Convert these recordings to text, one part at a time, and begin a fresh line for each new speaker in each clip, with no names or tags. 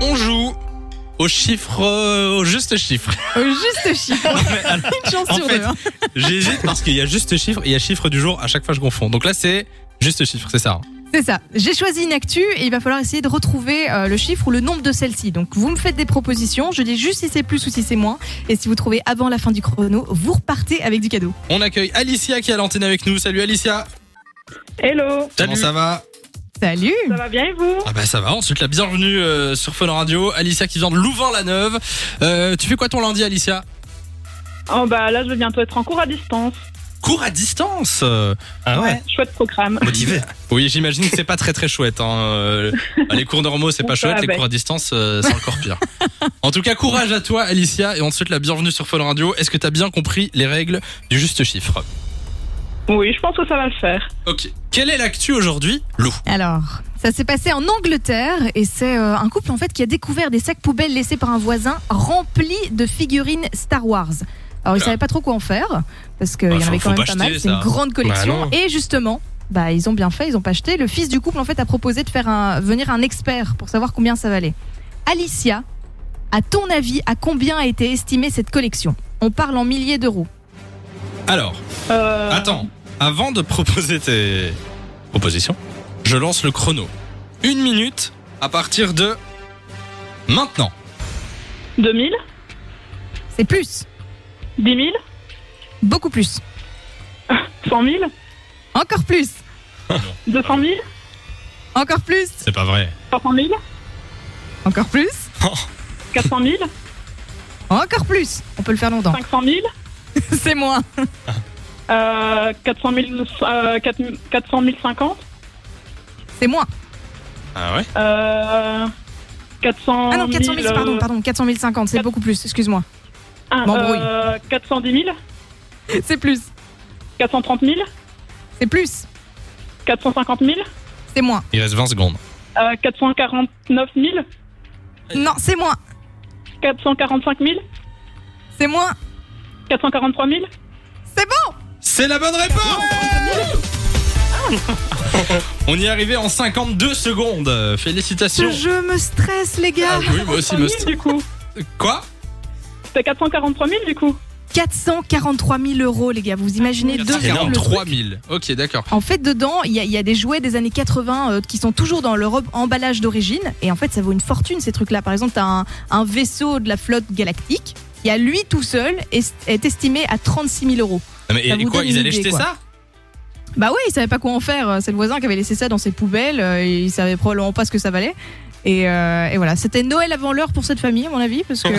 On joue au chiffre, euh, au juste chiffre.
Au juste chiffre. Une chance
en
sur
fait,
deux. hein.
J'hésite parce qu'il y a juste chiffre et il y a chiffre du jour. À chaque fois, je confonds. Donc là, c'est juste chiffre, c'est ça. hein.
C'est ça. J'ai choisi une actu et il va falloir essayer de retrouver euh, le chiffre ou le nombre de celles-ci. Donc vous me faites des propositions, je dis juste si c'est plus ou si c'est moins. Et si vous trouvez avant la fin du chrono, vous repartez avec du cadeau.
On accueille Alicia qui est à l'antenne avec nous. Salut Alicia.
Hello,
Comment ça va
Salut
ça va bien et vous
Ah bah ça va. Ensuite, la bienvenue euh, sur Fun Radio. Alicia qui vient de Louvain-la-Neuve. Euh, tu fais quoi ton lundi, Alicia
Oh bah là je vais bientôt être en cours à distance.
Cours à distance. euh, Ah
Chouette programme.
Motivé. Oui, j'imagine que c'est pas très très chouette. hein. Euh, bah, les cours normaux, c'est pas
Ça
chouette. Les
va.
cours à distance, euh, c'est encore pire. En tout cas, courage à toi, Alicia, et on te souhaite la bienvenue sur Fun Radio. Est-ce que t'as bien compris les règles du juste chiffre
Oui, je pense que ça va le faire.
Ok. Quelle est l'actu aujourd'hui, Lou
Alors, ça s'est passé en Angleterre et c'est euh, un couple en fait qui a découvert des sacs poubelles laissés par un voisin remplis de figurines Star Wars. Alors ils
Ah.
savaient pas trop quoi en faire parce qu'il
Bah,
y en
faut-
avait
faut
quand même
pas
pas mal,
acheter,
c'est
ça.
une grande collection
non.
et justement bah ils ont bien fait, ils ont pas acheté. Le fils du couple en fait a proposé de faire un, venir un expert pour savoir combien ça valait. Alicia, à ton avis, à combien a été estimée cette collection On parle en milliers d'euros.
Alors,
Euh,
Attends, avant de proposer tes propositions, je lance le chrono. Une minute à partir de maintenant.
2000
C'est plus,
10 000
beaucoup plus,
100 000
encore plus,
200 000
encore plus,
C'est pas vrai.
300 000
encore plus.
400 000
Encore plus On peut le faire longtemps.
500 000
C'est moins.
euh, 400 000 euh, 4 000 400 000 50
C'est moins.
Ah ouais
euh, 400
Ah non, 400 000,
euh,
pardon, pardon, 400 050, c'est
Quatre-
beaucoup plus, excuse-moi.
un,
m'embrouille.
euh, 410 000
C'est plus.
430 000
C'est plus.
450 000
C'est moins.
Il reste 20 secondes.
euh, 449 000
Non, c'est moins.
445 000
C'est moins.
443 000
C'est bon
C'est la bonne réponse On y est arrivé en 52 secondes. Euh, Félicitations.
Je me stresse, les
Ah
gars.
oui, moi aussi,
400 000
must.
du coup.
Quoi
C'était 443 000 du coup.
443 000 euros, les gars. Vous imaginez deux
C'est
fois
énorme,
le truc.
3000. Ok, d'accord.
En fait, dedans, il y, a- il y a des jouets des années 80 euh, qui sont toujours dans leur robe emballage d'origine. Et en fait, ça vaut une fortune, ces trucs-là. Par exemple, t'as un, un vaisseau de la flotte galactique qui, à lui tout seul, est, est estimé à 36 000 euros.
Non, mais
Ça
et
vous
quoi
donne
Ils
une
allaient
idée,
jeter
quoi.
ça
Bah ouais, il savait pas quoi en faire. C'est le voisin qui avait laissé ça dans ses poubelles. euh, et il savait probablement pas ce que ça valait. Et, euh, et voilà, c'était Noël avant l'heure pour cette famille, à mon avis, parce que.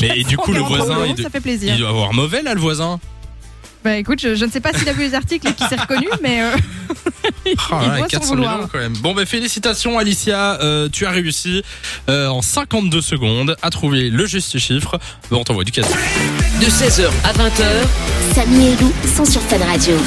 Mais et du coup, le
443
voisin,
euros,
il doit,
ça fait plaisir.
il doit avoir mauvais là, le voisin.
Bah écoute, je, je ne sais pas s'il a vu les articles et qu'il s'est reconnu, mais euh, il
Ah ouais,
doit s'en
400 000
vouloir.
euros quand même. Bon, ben félicitations Alicia, Euh, tu as réussi euh, en 52 secondes à trouver le juste chiffre. Bon, on t'envoie du cadeau.
De 16h à 20h,
Samy et Lou sont sur Fan Radio.